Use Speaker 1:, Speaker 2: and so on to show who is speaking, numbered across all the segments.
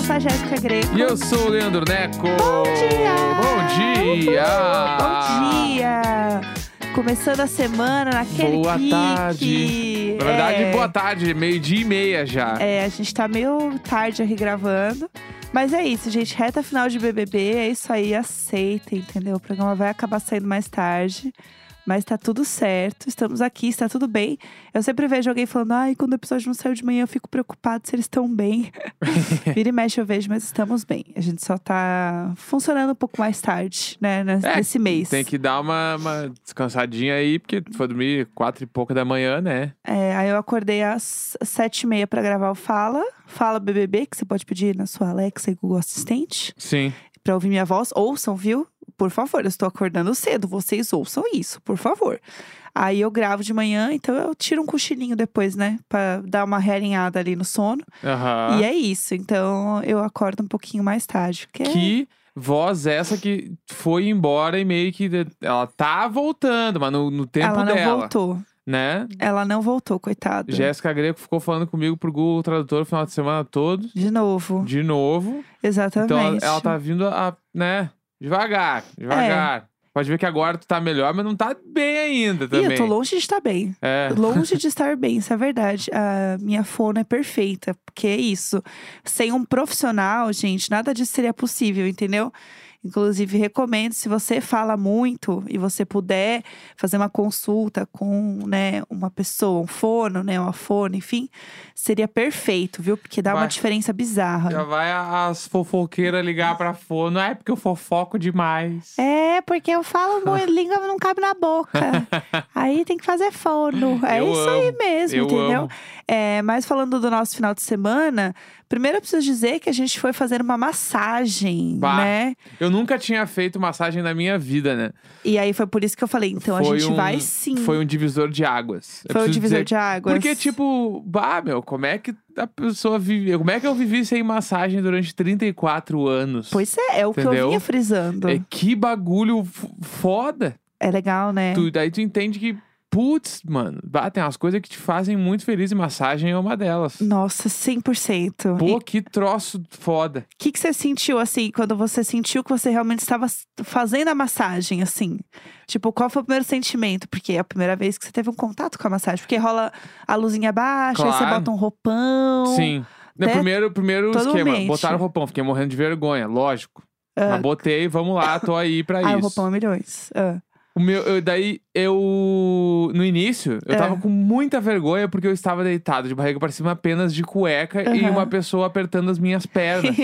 Speaker 1: sou a Jéssica Greco.
Speaker 2: E eu sou o Leandro Neco.
Speaker 1: Bom dia!
Speaker 2: Bom dia!
Speaker 1: Bom dia! Começando a semana naquele
Speaker 2: Boa
Speaker 1: pique.
Speaker 2: tarde. Na verdade,
Speaker 1: É,
Speaker 2: boa tarde, meio-dia e meia já.
Speaker 1: É, a gente tá meio tarde aqui gravando. Mas é isso, gente. Reta final de BBB, é isso aí. Aceita, entendeu? O programa vai acabar saindo mais tarde. Mas tá tudo certo, estamos aqui, está tudo bem. Eu sempre vejo alguém falando, ai, quando o episódio não saiu de manhã, eu fico preocupado se eles estão bem. Vira e mexe, eu vejo, mas estamos bem. A gente só tá funcionando um pouco mais tarde, né, nes-
Speaker 2: É,
Speaker 1: nesse mês.
Speaker 2: Tem que dar uma, uma descansadinha aí, porque foi dormir quatro e pouca da manhã, né?
Speaker 1: É, aí eu acordei às sete e meia pra gravar o Fala. Fala BBB, que você pode pedir na sua Alexa e Google Assistente.
Speaker 2: Sim.
Speaker 1: Pra ouvir minha voz, ouçam, viu? Por favor, eu estou acordando cedo, vocês ouçam isso, por favor. Aí eu gravo de manhã, então eu tiro um cochilinho depois, né? Pra dar uma realinhada ali no sono.
Speaker 2: Aham.
Speaker 1: E é isso, então eu acordo um pouquinho mais tarde. Porque
Speaker 2: Que voz essa que foi embora e meio que. de- Ela tá voltando, mas no, no tempo
Speaker 1: ela não
Speaker 2: dela.
Speaker 1: voltou.
Speaker 2: Né?
Speaker 1: Ela não voltou, coitada.
Speaker 2: Jéssica Greco ficou falando comigo pro Google Tradutor o final de semana todo.
Speaker 1: De novo,
Speaker 2: De novo.
Speaker 1: exatamente.
Speaker 2: Então ela, ela tá vindo a, a- né? Devagar, devagar. Pode ver que agora tu tá melhor, mas não tá bem ainda
Speaker 1: É. Ih,
Speaker 2: também.
Speaker 1: eu tô longe de estar bem.
Speaker 2: É.
Speaker 1: Longe de estar bem, isso é verdade. A minha fona é perfeita, porque é isso. Sem um profissional, gente, nada disso seria possível, entendeu? Inclusive, recomendo, se você fala muito e você puder fazer uma consulta com né, uma pessoa, um fono, né, uma fona, enfim, seria perfeito, viu? Porque dá uma
Speaker 2: Vai.
Speaker 1: diferença bizarra.
Speaker 2: Já vai a- as fofoqueiras ligar pra fono. É porque eu fofoco demais.
Speaker 1: É, porque eu falo muito, língua não cabe na boca. aí tem que fazer fono. É
Speaker 2: Eu
Speaker 1: isso aí
Speaker 2: amo,
Speaker 1: mesmo,
Speaker 2: eu
Speaker 1: entendeu?
Speaker 2: amo.
Speaker 1: É, mas falando do nosso final de semana, primeiro eu preciso dizer que a gente foi fazer uma massagem,
Speaker 2: Bah.
Speaker 1: né?
Speaker 2: Eu nunca tinha feito massagem na minha vida, né?
Speaker 1: E aí foi por isso que eu falei, então a
Speaker 2: Foi
Speaker 1: gente
Speaker 2: um-
Speaker 1: vai sim.
Speaker 2: Foi um divisor de águas. Eu
Speaker 1: Foi o
Speaker 2: preciso
Speaker 1: divisor
Speaker 2: dizer-
Speaker 1: de águas.
Speaker 2: Porque, tipo, bah, meu, como é que a pessoa vive. Como é que eu vivi sem massagem durante 34 anos?
Speaker 1: Pois é, é o que eu
Speaker 2: Entendeu?
Speaker 1: vinha frisando.
Speaker 2: é
Speaker 1: É,
Speaker 2: que bagulho f- foda.
Speaker 1: legal, né?
Speaker 2: Tu, daí tu entende que, putz, mano, bah, tem umas coisas que te fazem muito feliz e massagem é uma delas.
Speaker 1: Nossa, 100%. E
Speaker 2: Pô, que troço foda.
Speaker 1: O que, que você sentiu, assim, quando você sentiu que você realmente estava s- fazendo a massagem, assim? Tipo, qual foi o primeiro sentimento? Porque é a primeira vez que você teve um contato com a massagem. Porque rola a luzinha baixa, aí você
Speaker 2: Claro.
Speaker 1: bota um roupão.
Speaker 2: Sim. Né,
Speaker 1: até
Speaker 2: primeiro primeiro
Speaker 1: todo
Speaker 2: esquema,
Speaker 1: ambiente.
Speaker 2: botaram roupão, fiquei morrendo de vergonha, lógico. Mas botei, vamos lá, tô aí pra
Speaker 1: Ah, o
Speaker 2: isso.
Speaker 1: roupão é milhões. Ah,
Speaker 2: O meu, eu- daí eu. No início, eu
Speaker 1: É.
Speaker 2: tava com muita vergonha porque eu estava deitado de barriga pra cima apenas de cueca e
Speaker 1: Aham.
Speaker 2: uma pessoa apertando as minhas pernas.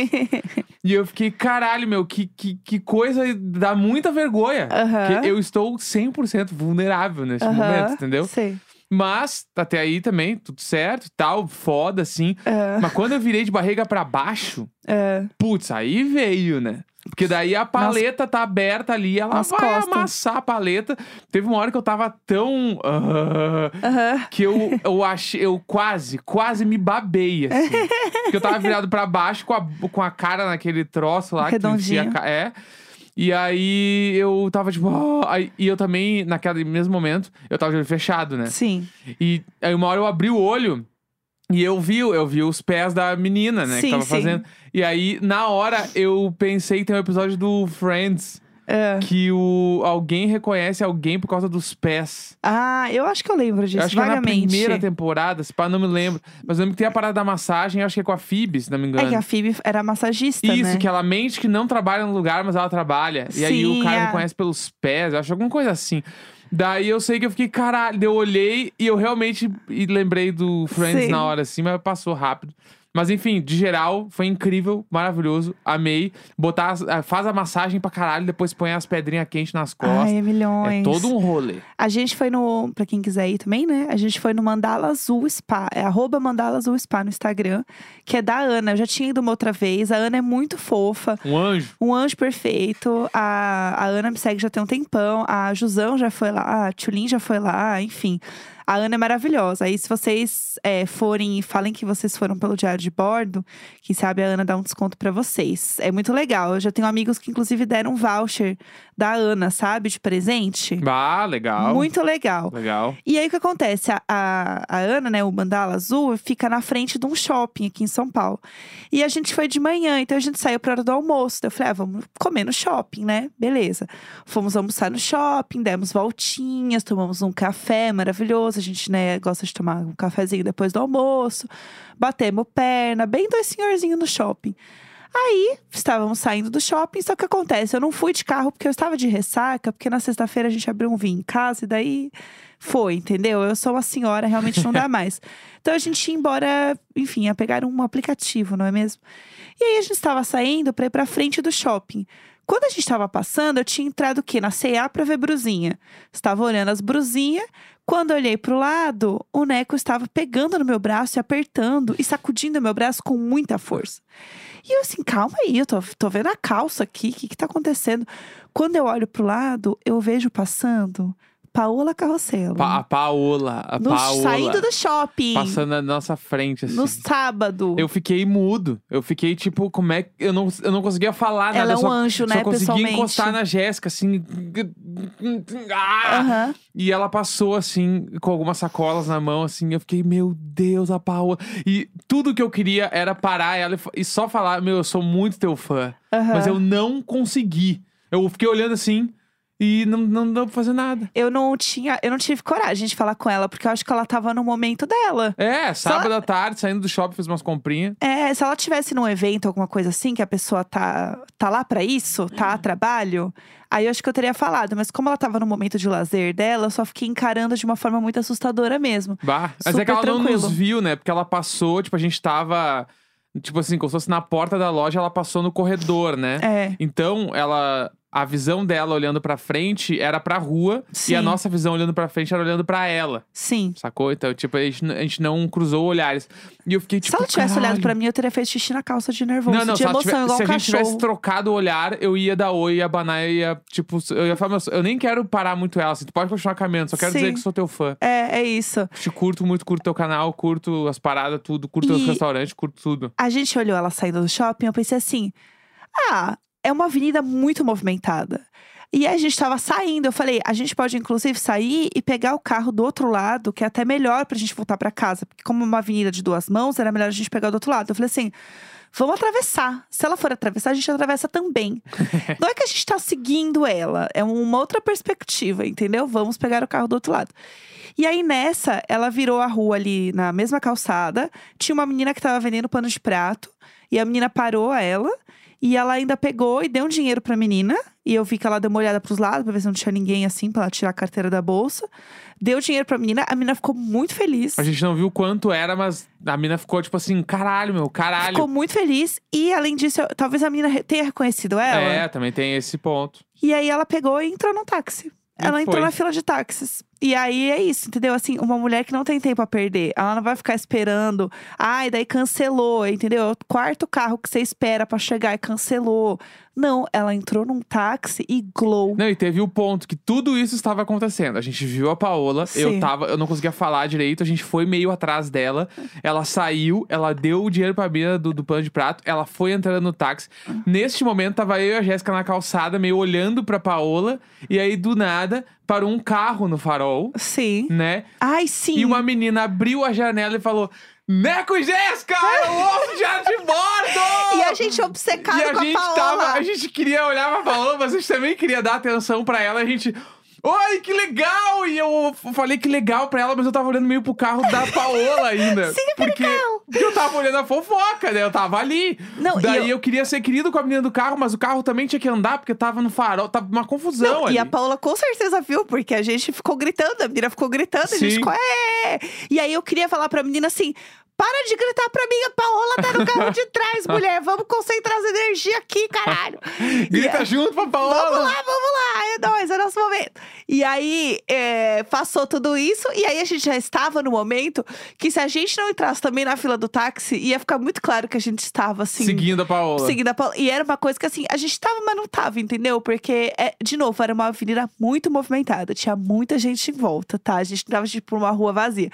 Speaker 2: e eu fiquei, caralho, meu, que, que, que coisa dá muita vergonha.
Speaker 1: Aham.
Speaker 2: Que eu estou 100% vulnerável nesse
Speaker 1: aham,
Speaker 2: momento, entendeu?
Speaker 1: Sim.
Speaker 2: Mas até aí também, tudo certo, e tal, foda assim.
Speaker 1: Ah,
Speaker 2: Mas quando eu virei de barriga pra baixo,
Speaker 1: ah.
Speaker 2: putz, aí veio, né? Porque daí a paleta tá aberta ali, ela
Speaker 1: Nas
Speaker 2: vai
Speaker 1: costas.
Speaker 2: amassar a paleta. Teve uma hora que eu tava tão. ah,
Speaker 1: Aham.
Speaker 2: que eu, eu achei. Eu quase, quase me babei, assim. Porque eu tava virado pra baixo com a, com a cara naquele troço lá. Que
Speaker 1: Redondinho.
Speaker 2: enfia a ca- é. E aí eu tava tipo. ah, aí- e eu também, naquele mesmo momento, eu tava de olho fechado, né?
Speaker 1: Sim.
Speaker 2: E aí uma hora eu abri o olho e eu vi, eu vi os pés da menina,
Speaker 1: Sim,
Speaker 2: né? que tava
Speaker 1: sim.
Speaker 2: fazendo. E aí, na hora, eu pensei que tem um episódio do Friends
Speaker 1: Ah.
Speaker 2: que o, alguém reconhece alguém por causa dos pés.
Speaker 1: Ah, eu acho que eu lembro disso,
Speaker 2: eu acho que é na
Speaker 1: vagamente.
Speaker 2: primeira temporada, se pá, não me lembro. Mas eu lembro que tem a parada da massagem, eu acho que é com a Phoebe, se não me engano.
Speaker 1: É que a Phoebe era massagista,
Speaker 2: Isso,
Speaker 1: né?
Speaker 2: que ela mente que não trabalha no lugar, mas ela trabalha. E aí
Speaker 1: Sim,
Speaker 2: o cara
Speaker 1: é.
Speaker 2: reconhece pelos pés, eu acho alguma coisa assim. Daí eu sei que eu fiquei, caralho, daí eu olhei e eu realmente e lembrei do Friends
Speaker 1: Sim.
Speaker 2: na hora, assim, mas passou rápido. Mas enfim, de geral, foi incrível, maravilhoso, amei. Botar, as- ah, faz a massagem pra caralho, depois põe as pedrinhas quentes nas costas.
Speaker 1: Ai, milhões.
Speaker 2: é todo um rolê.
Speaker 1: A gente foi no, pra quem quiser ir também, né? A gente foi no Mandala Azul Spa, é arroba Mandala Azul Spa no Instagram, que é da Ana. Eu já tinha ido uma outra vez. A Ana é muito fofa,
Speaker 2: Um anjo.
Speaker 1: um anjo perfeito. A, a Ana me segue já tem um tempão, a Jusão já foi lá, a Tulin já foi lá, enfim. A Ana é maravilhosa. Aí, se vocês é, forem e falem que vocês foram pelo diário de bordo, quem sabe a Ana dá um desconto pra vocês. É muito legal. Eu já tenho amigos que, inclusive, deram um voucher da Ana, sabe? De presente.
Speaker 2: Ah, legal.
Speaker 1: Muito legal.
Speaker 2: legal.
Speaker 1: E aí, o que acontece? A, a- a Ana, né, o Mandala Azul, fica na frente de um shopping aqui em São Paulo. E a gente foi de manhã, então a gente saiu pra hora do almoço. Daí Eu falei, ah, vamos comer no shopping, né? Beleza. Fomos almoçar no shopping, demos voltinhas, tomamos um café maravilhoso. A gente, né, gosta de tomar um cafezinho depois do almoço. Batemos perna, bem dois senhorzinhos no shopping. Aí, estávamos saindo do shopping, só que acontece, eu não fui de carro porque eu estava de ressaca, porque na sexta-feira a gente abriu um vinho em casa e daí foi, entendeu? Eu sou uma senhora, realmente não dá mais. Então a gente ia embora, enfim, ia pegar um aplicativo, não é mesmo? E aí a gente estava saindo para ir para frente do shopping. Quando a gente estava passando, eu tinha entrado o quê? Na CA para ver brusinha. Estava olhando as brusinhas. Quando eu olhei pro lado, o Neco estava pegando no meu braço e apertando e sacudindo meu braço com muita força. E eu assim, calma aí, eu tô, tô vendo a calça aqui, o que que tá acontecendo? Quando eu olho pro lado, eu vejo passando Paola Carrosselo.
Speaker 2: Pa- a Paola. A
Speaker 1: no,
Speaker 2: Paola.
Speaker 1: Hum. saindo do shopping,
Speaker 2: Passando na nossa frente, assim.
Speaker 1: no sábado.
Speaker 2: Eu fiquei mudo. Eu fiquei tipo, como é que. Eu não, eu não conseguia falar nada.
Speaker 1: Ela é um
Speaker 2: só,
Speaker 1: anjo,
Speaker 2: só
Speaker 1: né,
Speaker 2: consegui
Speaker 1: pessoalmente.
Speaker 2: encostar na Jéssica, assim. Ah!
Speaker 1: Aham.
Speaker 2: E ela passou, assim, com algumas sacolas na mão, assim. Eu fiquei, meu Deus, a Paola. E tudo que eu queria era parar ela e fa- e só falar, meu, eu sou muito teu fã.
Speaker 1: Aham.
Speaker 2: Mas eu não consegui. Eu fiquei olhando assim e não, não deu pra fazer nada.
Speaker 1: Eu não tinha, eu não tive coragem de falar com ela, porque eu acho que ela tava no momento dela.
Speaker 2: É,
Speaker 1: Só-
Speaker 2: sábado à tarde, saindo do shopping, fiz umas comprinhas.
Speaker 1: É, se ela tivesse num evento, alguma coisa assim, que a pessoa tá, tá lá pra isso, tá a
Speaker 2: Uhum.
Speaker 1: trabalho, aí eu acho que eu teria falado. Mas como ela tava no momento de lazer dela, eu só fiquei encarando de uma forma muito assustadora mesmo.
Speaker 2: Bah, mas é
Speaker 1: Super
Speaker 2: que ela não nos
Speaker 1: tranquilo.
Speaker 2: viu, né? Porque ela passou, tipo, a gente tava, tipo assim, como se fosse na porta da loja, ela passou no corredor, né?
Speaker 1: É.
Speaker 2: Então, ela. A visão dela olhando pra frente era pra rua
Speaker 1: Sim.
Speaker 2: e a nossa visão olhando pra frente era olhando pra ela,
Speaker 1: Sim.
Speaker 2: sacou? Então, tipo, a gente, n- a gente não cruzou olhares. E eu fiquei tipo.
Speaker 1: se ela tivesse
Speaker 2: "Caralho".
Speaker 1: olhado pra mim, eu teria feito xixi na calça de nervoso,
Speaker 2: Não, não,
Speaker 1: de
Speaker 2: se, ela
Speaker 1: emoção,
Speaker 2: tivesse-
Speaker 1: igual
Speaker 2: se
Speaker 1: um
Speaker 2: a gente
Speaker 1: cachorro.
Speaker 2: tivesse trocado o olhar, eu ia dar oi, ia abanar, eu ia, tipo, eu ia falar, meu, eu nem quero parar muito ela, assim, tu pode continuar caminhando, só quero dizer
Speaker 1: Sim.
Speaker 2: que sou teu fã.
Speaker 1: É, é isso.
Speaker 2: Te curto muito, curto teu canal, curto as paradas, tudo, curto
Speaker 1: E-
Speaker 2: os restaurantes, curto tudo.
Speaker 1: A gente olhou ela saindo do shopping, eu pensei assim: ah, é uma avenida muito movimentada. E aí a gente tava saindo, eu falei, a gente pode inclusive sair e pegar o carro do outro lado, que é até melhor pra gente voltar pra casa, porque como é uma avenida de duas mãos, era melhor a gente pegar do outro lado. Eu falei assim, vamos atravessar. Se ela for atravessar, a gente atravessa também. Não é que a gente tá seguindo ela, é uma outra perspectiva, entendeu? Vamos pegar o carro do outro lado. E aí nessa, ela virou a rua ali na mesma calçada, tinha uma menina que tava vendendo pano de prato, e a menina parou ela, e ela ainda pegou e deu um dinheiro pra menina. E eu vi que ela deu uma olhada pros lados pra ver se não tinha ninguém assim, pra ela tirar a carteira da bolsa. Deu dinheiro pra menina, a menina ficou muito feliz.
Speaker 2: A gente não viu quanto era, mas a mina ficou tipo assim, caralho, meu, caralho.
Speaker 1: Ficou muito feliz. E além disso, eu- talvez a menina re- tenha reconhecido ela.
Speaker 2: É, também tem esse ponto.
Speaker 1: E aí ela pegou e entrou num táxi.
Speaker 2: E
Speaker 1: ela entrou
Speaker 2: foi.
Speaker 1: na fila de táxis. E aí é isso, entendeu? Assim, uma mulher que não tem tempo a perder. Ela não vai ficar esperando. Ai, daí cancelou, entendeu? É o quarto carro que você espera pra chegar e cancelou. Não, ela entrou num táxi e glow.
Speaker 2: Não, e teve o ponto que tudo isso estava acontecendo. A gente viu a Paola,
Speaker 1: Sim.
Speaker 2: eu tava, eu não conseguia falar direito, a gente foi meio atrás dela. Ela saiu, ela deu o dinheiro pra mina do, do pano de prato, ela foi entrando no táxi. Neste momento, tava eu e a Jéssica na calçada, meio olhando pra Paola, e aí do nada parou um carro no farol,
Speaker 1: Sim.
Speaker 2: né?
Speaker 1: Ai, sim.
Speaker 2: E uma menina abriu a janela e falou: Neco e Jéssica, eu ouço já de bordo!
Speaker 1: E a gente obcecado
Speaker 2: E a
Speaker 1: com a
Speaker 2: gente
Speaker 1: Paola.
Speaker 2: tava, a gente queria olhar pra Paola, mas a gente também queria dar atenção pra ela. A gente, oi, que legal! E eu f- falei que legal pra ela, mas eu tava olhando meio pro carro da Paola ainda.
Speaker 1: Sim, que
Speaker 2: porque,
Speaker 1: legal!
Speaker 2: porque eu tava olhando a fofoca, né? Eu tava ali.
Speaker 1: Não, e
Speaker 2: Daí
Speaker 1: eu-
Speaker 2: eu... queria ser querido com a menina do carro, mas o carro também tinha que andar, porque tava no farol, tava uma confusão
Speaker 1: Não,
Speaker 2: ali.
Speaker 1: e a Paula com certeza viu, porque a gente ficou gritando, a menina ficou gritando, a gente
Speaker 2: Sim.
Speaker 1: ficou, é! E aí eu queria falar pra menina assim: para de gritar pra mim, a Paola ela tá no carro de trás, mulher. Vamos concentrar as energias aqui, caralho. é,
Speaker 2: Grita junto pra
Speaker 1: Vamos
Speaker 2: Paola.
Speaker 1: lá, vamos lá, é nóis, é nosso momento. E aí, é, passou tudo isso, e aí a gente já estava no momento que se a gente não entrasse também na fila do táxi, ia ficar muito claro que a gente estava, assim...
Speaker 2: Seguindo a Paola.
Speaker 1: seguindo a Paula. E era uma coisa que, assim, a gente tava, mas não tava, entendeu? Porque, é, de novo, era uma avenida muito movimentada. Tinha muita gente em volta, tá? A gente tava, tipo, numa rua vazia.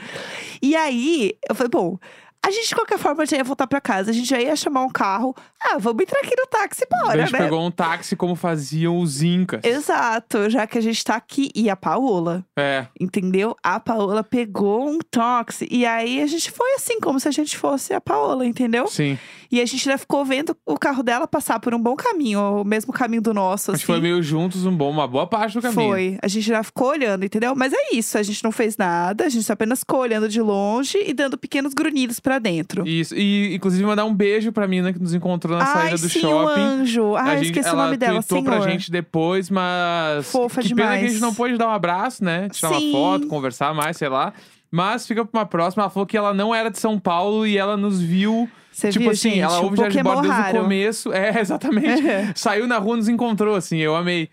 Speaker 1: E aí, eu falei, bom... A gente, de qualquer forma, já ia voltar pra casa. A gente já ia chamar um carro. Ah, vamos entrar aqui no táxi e
Speaker 2: a
Speaker 1: bora,
Speaker 2: gente
Speaker 1: né?
Speaker 2: pegou um táxi como faziam os incas.
Speaker 1: Exato, já que a gente tá aqui. E a Paola,
Speaker 2: É.
Speaker 1: entendeu? A Paola pegou um táxi. E aí a gente foi assim, como se a gente fosse a Paola, entendeu?
Speaker 2: Sim.
Speaker 1: E a gente ainda ficou vendo o carro dela passar por um bom caminho, o mesmo caminho do nosso.
Speaker 2: A
Speaker 1: Assim.
Speaker 2: gente foi meio juntos um bom, uma boa parte do caminho.
Speaker 1: Foi. A gente já ficou olhando, entendeu? Mas é isso, a gente não fez nada, a gente apenas ficou olhando de longe e dando pequenos grunhidos pra dentro.
Speaker 2: Isso. E, inclusive, mandar um beijo pra mina que nos encontrou na
Speaker 1: Ai,
Speaker 2: saída do
Speaker 1: sim, o
Speaker 2: shopping.
Speaker 1: anjo.
Speaker 2: a
Speaker 1: Ai,
Speaker 2: gente,
Speaker 1: esqueci o
Speaker 2: ela
Speaker 1: nome dela,
Speaker 2: tweetou
Speaker 1: senhor.
Speaker 2: pra gente depois, mas.
Speaker 1: Fofa
Speaker 2: que pena que a
Speaker 1: demais.
Speaker 2: gente não pôde dar um abraço, né? Tirar
Speaker 1: Sim.
Speaker 2: uma foto, conversar mais, sei lá. Mas fica pra uma próxima. Ela falou que ela não era de São Paulo e ela nos viu.
Speaker 1: Você
Speaker 2: tipo
Speaker 1: viu,
Speaker 2: assim,
Speaker 1: gente?
Speaker 2: ela
Speaker 1: O
Speaker 2: ouve Jorge
Speaker 1: Pokémon
Speaker 2: Borda desde
Speaker 1: raro.
Speaker 2: o começo. É, exatamente.
Speaker 1: É.
Speaker 2: Saiu na rua, nos encontrou, assim. Eu amei.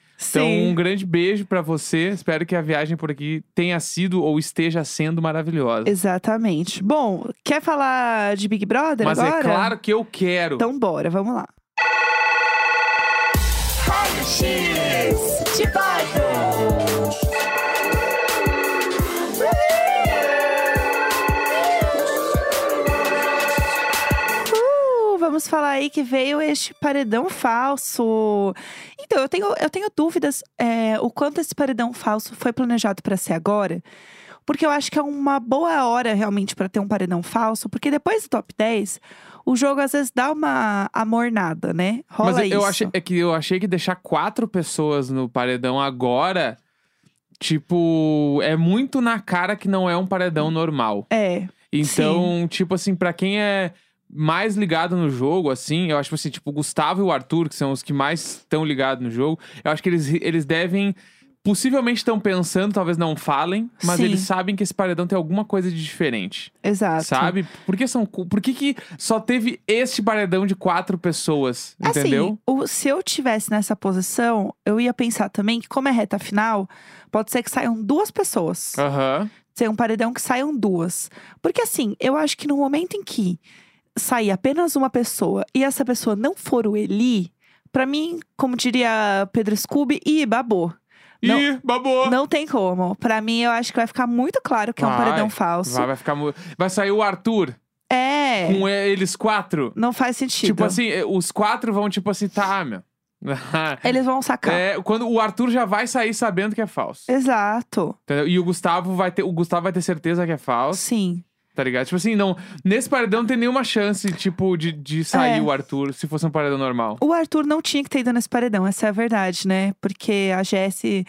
Speaker 2: Então,
Speaker 1: Sim.
Speaker 2: um grande beijo pra você. Espero que a viagem por aqui tenha sido ou esteja sendo maravilhosa.
Speaker 1: Exatamente. Bom, quer falar de Big Brother
Speaker 2: Mas
Speaker 1: agora?
Speaker 2: é claro que eu quero.
Speaker 1: Então bora, vamos lá.
Speaker 3: X de bordo.
Speaker 1: Uh, vamos falar aí que veio este paredão falso. Então, eu tenho, eu tenho dúvidas é, o quanto esse paredão falso foi planejado para ser agora. Porque eu acho que é uma boa hora realmente para ter um paredão falso, porque depois do top 10, o jogo às vezes dá uma amornada, né? Rola
Speaker 2: Mas eu
Speaker 1: isso.
Speaker 2: achei é que eu achei que deixar quatro pessoas no paredão agora, tipo, é muito na cara que não é um paredão normal.
Speaker 1: É,
Speaker 2: Então, tipo assim, pra quem é mais ligado no jogo, assim, eu acho assim, tipo, o Gustavo e o Arthur, que são os que mais estão ligados no jogo, eu acho que eles, eles devem. Possivelmente estão pensando, talvez não falem, mas
Speaker 1: Sim. Ah,
Speaker 2: eles sabem que esse paredão tem alguma coisa de diferente.
Speaker 1: exato.
Speaker 2: Sabe? Por que, são, por que, que só teve este paredão de quatro pessoas? Entendeu?
Speaker 1: Assim, o- se eu tivesse nessa posição, eu ia pensar também que, como é reta final, pode ser que saiam duas pessoas.
Speaker 2: Ah. Aham.
Speaker 1: ser um paredão que saiam duas. Porque assim, eu acho que no momento em que sair apenas uma pessoa e essa pessoa não for o Eli, pra mim, como diria Pedro Scooby, e babou. Não-
Speaker 2: Ih, babou!
Speaker 1: Não tem como. Pra mim, eu acho que vai ficar muito claro que é um
Speaker 2: Vai,
Speaker 1: paredão falso.
Speaker 2: Vai, vai ficar. mu- Vai sair o Arthur
Speaker 1: É.
Speaker 2: com e- eles quatro.
Speaker 1: Não faz sentido.
Speaker 2: Tipo assim, eh, os quatro vão, tipo assim, tá, meu.
Speaker 1: Eles vão sacar.
Speaker 2: É, quando o Arthur já vai sair sabendo que é falso.
Speaker 1: Exato.
Speaker 2: entendeu? E o Gustavo vai ter. O Gustavo vai ter certeza que é falso,
Speaker 1: Sim.
Speaker 2: tá ligado? Tipo assim, não. Nesse paredão não tem nenhuma chance, tipo, de, de sair
Speaker 1: É.
Speaker 2: o Arthur se fosse um paredão normal.
Speaker 1: O Arthur não tinha que ter ido nesse paredão, essa é a verdade, né? Porque a Jessie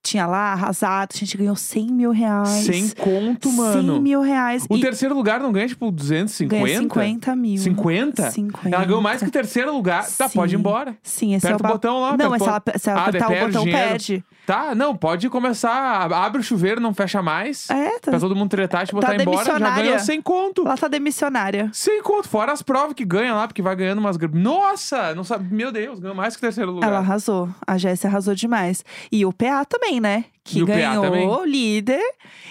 Speaker 1: tinha lá arrasado, a gente ganhou 100 mil reais.
Speaker 2: Sem conto,
Speaker 1: 100
Speaker 2: mano.
Speaker 1: mil reais.
Speaker 2: O
Speaker 1: e
Speaker 2: terceiro lugar não ganha, tipo, 250?
Speaker 1: Ganha 50 mil.
Speaker 2: 50?
Speaker 1: 50.
Speaker 2: Ela ganhou mais que o terceiro lugar. Tá, pode ir
Speaker 1: Sim.
Speaker 2: embora.
Speaker 1: Sim, esse é
Speaker 2: Aperta
Speaker 1: o
Speaker 2: o
Speaker 1: ba-
Speaker 2: botão lá,
Speaker 1: Não,
Speaker 2: aperta
Speaker 1: mas se
Speaker 2: o
Speaker 1: ela, se ela
Speaker 2: Ah, daí
Speaker 1: apertar o
Speaker 2: perde
Speaker 1: botão,
Speaker 2: dinheiro.
Speaker 1: perde.
Speaker 2: Tá, não, pode começar. a- Abre o chuveiro, não fecha mais.
Speaker 1: É, tá-
Speaker 2: Pra todo mundo tretar, te botar embora, já
Speaker 1: demissionária.
Speaker 2: ganhou sem conto.
Speaker 1: ela tá demissionária.
Speaker 2: Sem conto, fora as provas que ganha lá, porque vai ganhando umas. gr- Nossa! Não sabe... Meu Deus, ganhou mais que o terceiro lugar.
Speaker 1: Ela arrasou. A Jéssica arrasou demais. E o PA também, né? Que
Speaker 2: E o PA
Speaker 1: ganhou
Speaker 2: também.
Speaker 1: o líder.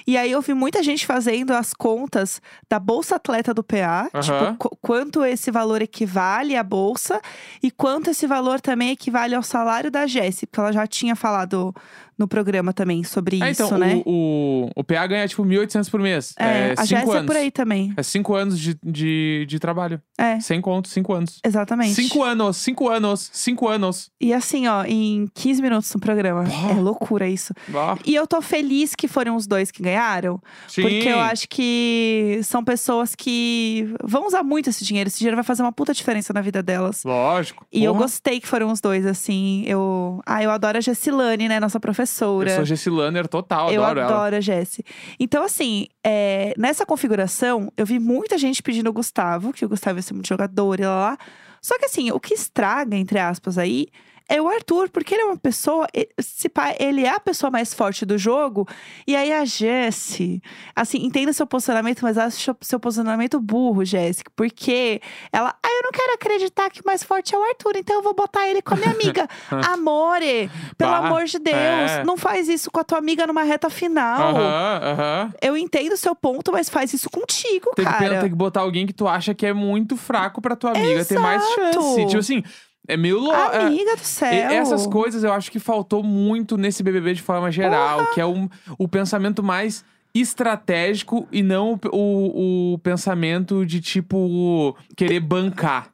Speaker 1: E aí eu vi muita gente fazendo as contas da Bolsa Atleta do PA.
Speaker 2: Aham.
Speaker 1: Tipo, qu- quanto esse valor equivale à Bolsa e quanto esse valor também equivale ao salário da Jéssica. Porque ela já tinha falado no programa também sobre
Speaker 2: é,
Speaker 1: isso,
Speaker 2: então,
Speaker 1: né?
Speaker 2: o, o, o PA ganha tipo 1.800 por mês.
Speaker 1: É, a
Speaker 2: cinco
Speaker 1: Jéssica é
Speaker 2: anos.
Speaker 1: por aí também.
Speaker 2: É cinco anos de, de, de trabalho.
Speaker 1: É,
Speaker 2: Sem conto, cinco anos.
Speaker 1: exatamente.
Speaker 2: Cinco anos, cinco anos, cinco anos.
Speaker 1: E assim, ó, em 15 minutos no programa.
Speaker 2: Pô.
Speaker 1: É loucura isso.
Speaker 2: Ó,
Speaker 1: E eu tô feliz que foram os dois que ganharam.
Speaker 2: sim.
Speaker 1: Porque eu acho que são pessoas que vão usar muito esse dinheiro. Esse dinheiro vai fazer uma puta diferença na vida delas.
Speaker 2: Lógico.
Speaker 1: E eu
Speaker 2: Porra.
Speaker 1: gostei que foram os dois, assim. Eu. Ah, eu adoro a Gessilane, né? Nossa professora.
Speaker 2: Eu sou Gessilander total,
Speaker 1: Eu
Speaker 2: adoro, ela.
Speaker 1: adoro a Jessie. Então, assim, é, nessa configuração, eu vi muita gente pedindo o Gustavo, que o Gustavo ia ser muito jogador e lá, lá. Só que, assim, o que estraga, entre aspas, aí, é o Arthur, porque ele é uma pessoa. e- Se pá, ele é a pessoa mais forte do jogo. E aí a Jessie, assim, entenda seu posicionamento, mas acho seu posicionamento burro, Jéssica. Porque ela. Ah, eu não quero acreditar que o mais forte é o Arthur, então eu vou botar ele com a minha amiga. Amore, pelo
Speaker 2: Bah,
Speaker 1: amor de Deus,
Speaker 2: é.
Speaker 1: não faz isso com a tua amiga numa reta final.
Speaker 2: Aham, aham.
Speaker 1: Eu entendo o seu ponto, mas faz isso contigo,
Speaker 2: Tem que,
Speaker 1: cara.
Speaker 2: pen- tem que botar alguém que tu acha que é muito fraco pra tua amiga ter mais
Speaker 1: Exato.
Speaker 2: chance. Tipo assim, é meio louco.
Speaker 1: Amiga do
Speaker 2: E-
Speaker 1: céu.
Speaker 2: Essas coisas eu acho que faltou muito nesse BBB de forma geral, que é um, o pensamento mais estratégico e não o, o- o pensamento de tipo querer bancar.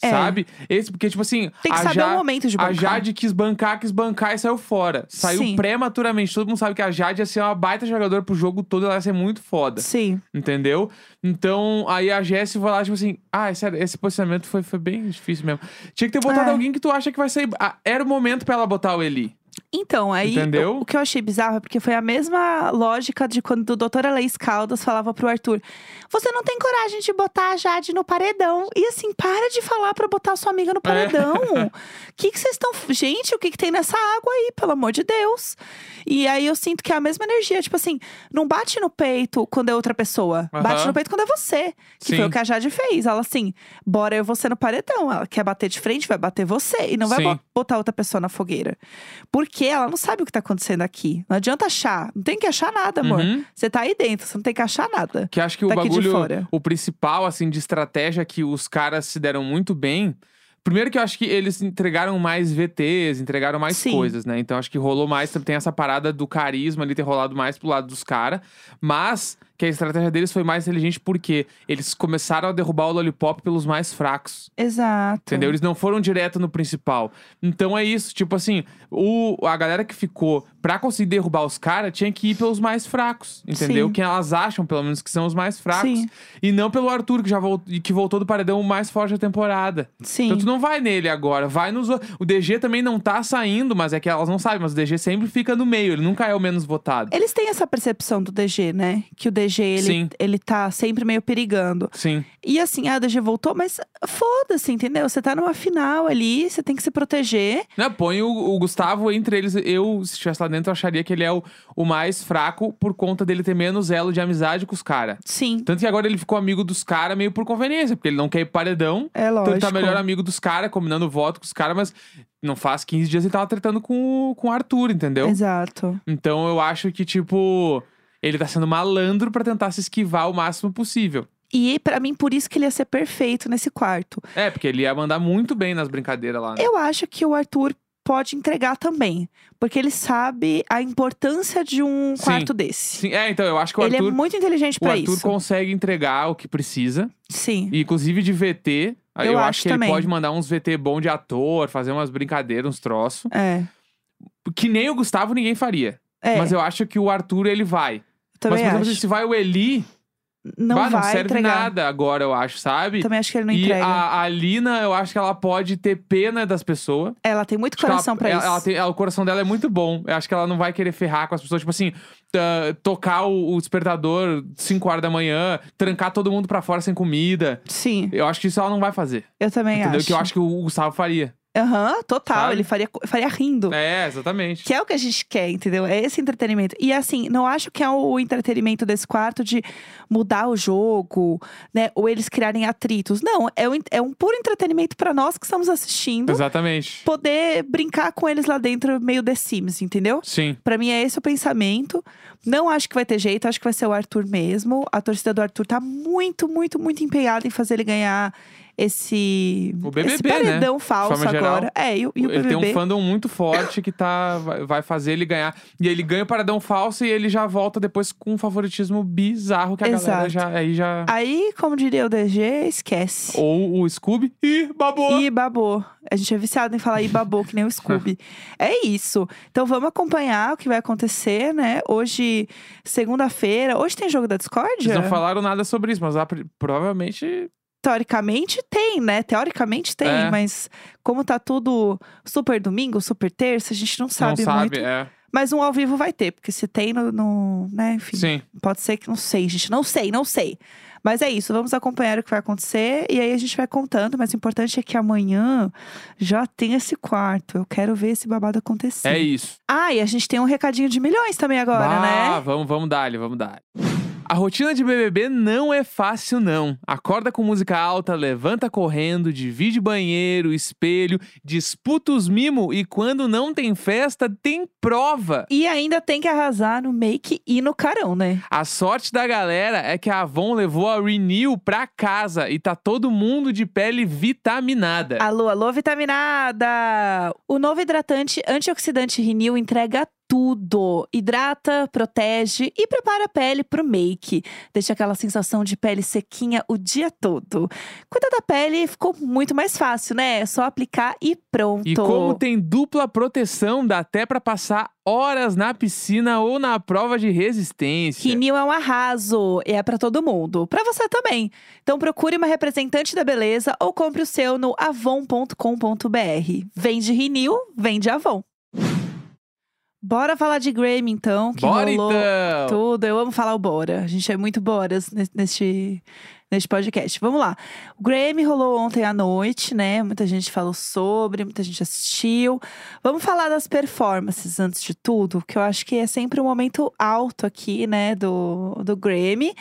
Speaker 1: É.
Speaker 2: Sabe? Esse, porque, tipo assim,
Speaker 1: Tem que
Speaker 2: a,
Speaker 1: saber
Speaker 2: Ja-
Speaker 1: o momento de
Speaker 2: a
Speaker 1: bancar.
Speaker 2: Jade quis bancar, quis bancar e saiu fora. Saiu
Speaker 1: Sim.
Speaker 2: prematuramente. Todo mundo sabe que a Jade ia ser uma baita jogadora pro jogo todo, ela ia ser muito foda.
Speaker 1: Sim.
Speaker 2: Entendeu? Então, aí a Jessie vai lá, tipo assim, ah, é sério, esse posicionamento foi, foi bem difícil mesmo. Tinha que ter botado
Speaker 1: É.
Speaker 2: alguém que tu acha que vai sair. Ah, era o momento pra ela botar o Eli.
Speaker 1: Então, aí
Speaker 2: Entendeu?
Speaker 1: o- o que eu achei bizarro é porque foi a mesma lógica de quando o doutor Alex Caldas falava pro Arthur: Você não tem coragem de botar a Jade no paredão. E assim, para de falar pra botar a sua amiga
Speaker 2: É.
Speaker 1: no paredão. O que que vocês estão. Gente, o que, que tem nessa água aí, pelo amor de Deus? E aí eu sinto que é a mesma energia. Tipo assim, não bate no peito quando é outra pessoa.
Speaker 2: Aham.
Speaker 1: Bate no peito quando é você. Que
Speaker 2: Sim.
Speaker 1: foi o que a Jade fez. Ela assim, bora eu e você no paredão. Ela quer bater de frente, vai bater você. E não vai
Speaker 2: Sim.
Speaker 1: bo- botar outra pessoa na fogueira. Porque ela não sabe o que tá acontecendo aqui. Não adianta achar. Não tem que achar nada, amor.
Speaker 2: Uhum.
Speaker 1: Você tá aí dentro, você não tem que achar nada.
Speaker 2: Que acho que o
Speaker 1: Daqui de
Speaker 2: bagulho,
Speaker 1: fora.
Speaker 2: o principal, assim, de estratégia que os caras se deram muito bem. Primeiro que eu acho que eles entregaram mais VTs, entregaram mais
Speaker 1: Sim.
Speaker 2: coisas, né? Então acho que rolou mais, tem essa parada do carisma ali ter rolado mais pro lado dos caras. Mas que a estratégia deles foi mais inteligente porque eles começaram a derrubar o Lollipop pelos mais fracos.
Speaker 1: Exato.
Speaker 2: Entendeu? Eles não foram direto no principal. Então é isso. Tipo assim, o, a galera que ficou pra conseguir derrubar os caras tinha que ir pelos mais fracos. Entendeu?
Speaker 1: Sim.
Speaker 2: Quem elas acham, pelo menos, que são os mais fracos.
Speaker 1: Sim.
Speaker 2: E não pelo Arthur, que já voltou, que voltou do paredão o mais forte da temporada.
Speaker 1: Sim.
Speaker 2: Então tu não vai nele agora, vai nos. o- O DG também não tá saindo, mas é que elas não sabem, mas o DG sempre fica no meio, ele nunca é o menos votado.
Speaker 1: Eles têm essa percepção do DG, né? Que o DG,
Speaker 2: Sim.
Speaker 1: ele, ele tá sempre meio perigando.
Speaker 2: Sim.
Speaker 1: E assim, ah, o DG voltou, mas foda-se, entendeu? Você tá numa final ali, você tem que se proteger.
Speaker 2: Né, põe o, o Gustavo entre eles. Eu, se estivesse lá dentro, eu acharia que ele é o, o mais fraco por conta dele ter menos elo de amizade com os caras.
Speaker 1: Sim,
Speaker 2: Tanto que agora ele ficou amigo dos caras meio por conveniência, porque ele não quer ir pro paredão.
Speaker 1: é
Speaker 2: Então
Speaker 1: lógico.
Speaker 2: ele tá melhor amigo dos caras, combinando voto com os caras, mas não faz 15 dias ele tava tretando com, o- com o Arthur, entendeu?
Speaker 1: Exato.
Speaker 2: Então eu acho que, tipo, ele tá sendo malandro pra tentar se esquivar o máximo possível.
Speaker 1: E pra mim, por isso que ele ia ser perfeito nesse quarto.
Speaker 2: É, porque ele ia mandar muito bem nas brincadeiras lá, né?
Speaker 1: Eu acho que o Arthur pode entregar também. Porque ele sabe a importância de um
Speaker 2: Sim.
Speaker 1: quarto desse.
Speaker 2: Sim, é, então, eu acho que o
Speaker 1: ele
Speaker 2: Arthur.
Speaker 1: é muito inteligente
Speaker 2: o
Speaker 1: pra
Speaker 2: Arthur
Speaker 1: isso.
Speaker 2: consegue entregar o que precisa.
Speaker 1: Sim.
Speaker 2: E, inclusive de VT. Eu,
Speaker 1: Eu
Speaker 2: acho
Speaker 1: acho
Speaker 2: que
Speaker 1: também.
Speaker 2: ele pode mandar uns VT bom de ator, fazer umas brincadeiras, uns troços.
Speaker 1: É.
Speaker 2: Que nem o Gustavo ninguém faria.
Speaker 1: É,
Speaker 2: Mas eu acho que o Arthur, ele vai.
Speaker 1: também
Speaker 2: Mas, por exemplo,
Speaker 1: acho.
Speaker 2: se vai o Eli,
Speaker 1: Não
Speaker 2: bah,
Speaker 1: vai
Speaker 2: não serve
Speaker 1: entregar.
Speaker 2: nada agora, eu acho, sabe?
Speaker 1: Também acho que ele não
Speaker 2: e
Speaker 1: entrega.
Speaker 2: a, a Lina, eu acho que ela pode ter pena das pessoas.
Speaker 1: Ela tem muito
Speaker 2: Acho que ela-
Speaker 1: coração pra
Speaker 2: ela,
Speaker 1: isso.
Speaker 2: ela tem- ela- o coração dela é muito bom. Eu acho que ela não vai querer ferrar com as pessoas. Tipo assim, ah, tocar o, o despertador 5 horas da manhã, trancar todo mundo pra fora sem comida.
Speaker 1: Sim,
Speaker 2: Eu acho que isso ela não vai fazer.
Speaker 1: eu também
Speaker 2: entendeu?
Speaker 1: acho.
Speaker 2: Que eu acho que o Gustavo faria.
Speaker 1: Aham, total.
Speaker 2: Sabe?
Speaker 1: Ele faria, faria rindo.
Speaker 2: É, exatamente.
Speaker 1: Que é o que a gente quer, entendeu? É esse entretenimento. E assim, não acho que é o entretenimento desse quarto de mudar o jogo, né? Ou eles criarem atritos. Não, é um, é um puro entretenimento pra nós que estamos assistindo.
Speaker 2: Exatamente.
Speaker 1: Poder brincar com eles lá dentro, meio The Sims, entendeu?
Speaker 2: Sim.
Speaker 1: Pra mim é esse o pensamento. Não acho que vai ter jeito, acho que vai ser o Arthur mesmo. A torcida do Arthur tá muito, muito, muito empenhada em fazer ele ganhar esse,
Speaker 2: O BBB,
Speaker 1: esse
Speaker 2: né?
Speaker 1: paredão
Speaker 2: De
Speaker 1: falso
Speaker 2: forma geral.
Speaker 1: agora. É, e, o- e o
Speaker 2: ele
Speaker 1: BBB.
Speaker 2: tem um fandom muito forte que tá, vai- vai fazer ele ganhar. E ele ganha o paradão falso e ele já volta depois com um favoritismo bizarro que a galera
Speaker 1: Exato.
Speaker 2: já. Aí já...
Speaker 1: Aí, como diria o DG, esquece.
Speaker 2: Ou o Scooby. Ih, babou!
Speaker 1: E babou. A gente é viciado em falar e babou, que nem o Scooby. é isso. Então vamos acompanhar o que vai acontecer, né? Hoje, segunda-feira. Hoje tem jogo da Discord?
Speaker 2: Eles não falaram nada sobre isso, mas lá, pr- provavelmente.
Speaker 1: Teoricamente tem, né? Teoricamente tem,
Speaker 2: É.
Speaker 1: mas como tá tudo super domingo, super terça, a gente não sabe,
Speaker 2: não sabe,
Speaker 1: muito.
Speaker 2: é.
Speaker 1: Mas um ao vivo vai ter, porque se tem no. no- né, enfim,
Speaker 2: Sim.
Speaker 1: pode ser que não sei, gente. Não sei, não sei. Mas é isso, vamos acompanhar o que vai acontecer e aí a gente vai contando. Mas o importante é que amanhã já tem esse quarto. Eu quero ver esse babado acontecer.
Speaker 2: É isso.
Speaker 1: Ah, e a gente tem um recadinho de milhões também agora,
Speaker 2: ah,
Speaker 1: né?
Speaker 2: vamos, vamos dar vamos dar A rotina de BBB não é fácil, não. Acorda com música alta, levanta correndo, divide banheiro, espelho, disputa os mimo e quando não tem festa, tem prova.
Speaker 1: E ainda tem que arrasar no make e no carão, né?
Speaker 2: A sorte da galera é que a Avon levou a Renew pra casa e tá todo mundo de pele vitaminada.
Speaker 1: Alô, alô, vitaminada! O novo hidratante antioxidante Renew entrega tudo. Hidrata, protege e prepara a pele pro make. Deixa aquela sensação de pele sequinha o dia todo. Cuidar da pele ficou muito mais fácil, né? É só aplicar e pronto.
Speaker 2: E como tem dupla proteção, dá até pra passar horas na piscina ou na prova de resistência.
Speaker 1: Rinil é um arraso, e é pra todo mundo, Pra você também. Então procure uma representante da beleza ou compre o seu no avon.com.br. Vende Rinil, vende Avon. Bora falar de Grammy então, que
Speaker 2: Bora
Speaker 1: rolou
Speaker 2: então!
Speaker 1: tudo. Eu amo falar o Bora. A gente é muito Boras nes- neste neste podcast. Vamos lá. O Grammy rolou ontem à noite, né? Muita gente falou sobre, muita gente assistiu. Vamos falar das performances antes de tudo, que eu acho que é sempre um momento alto aqui, né, do, do Grammy.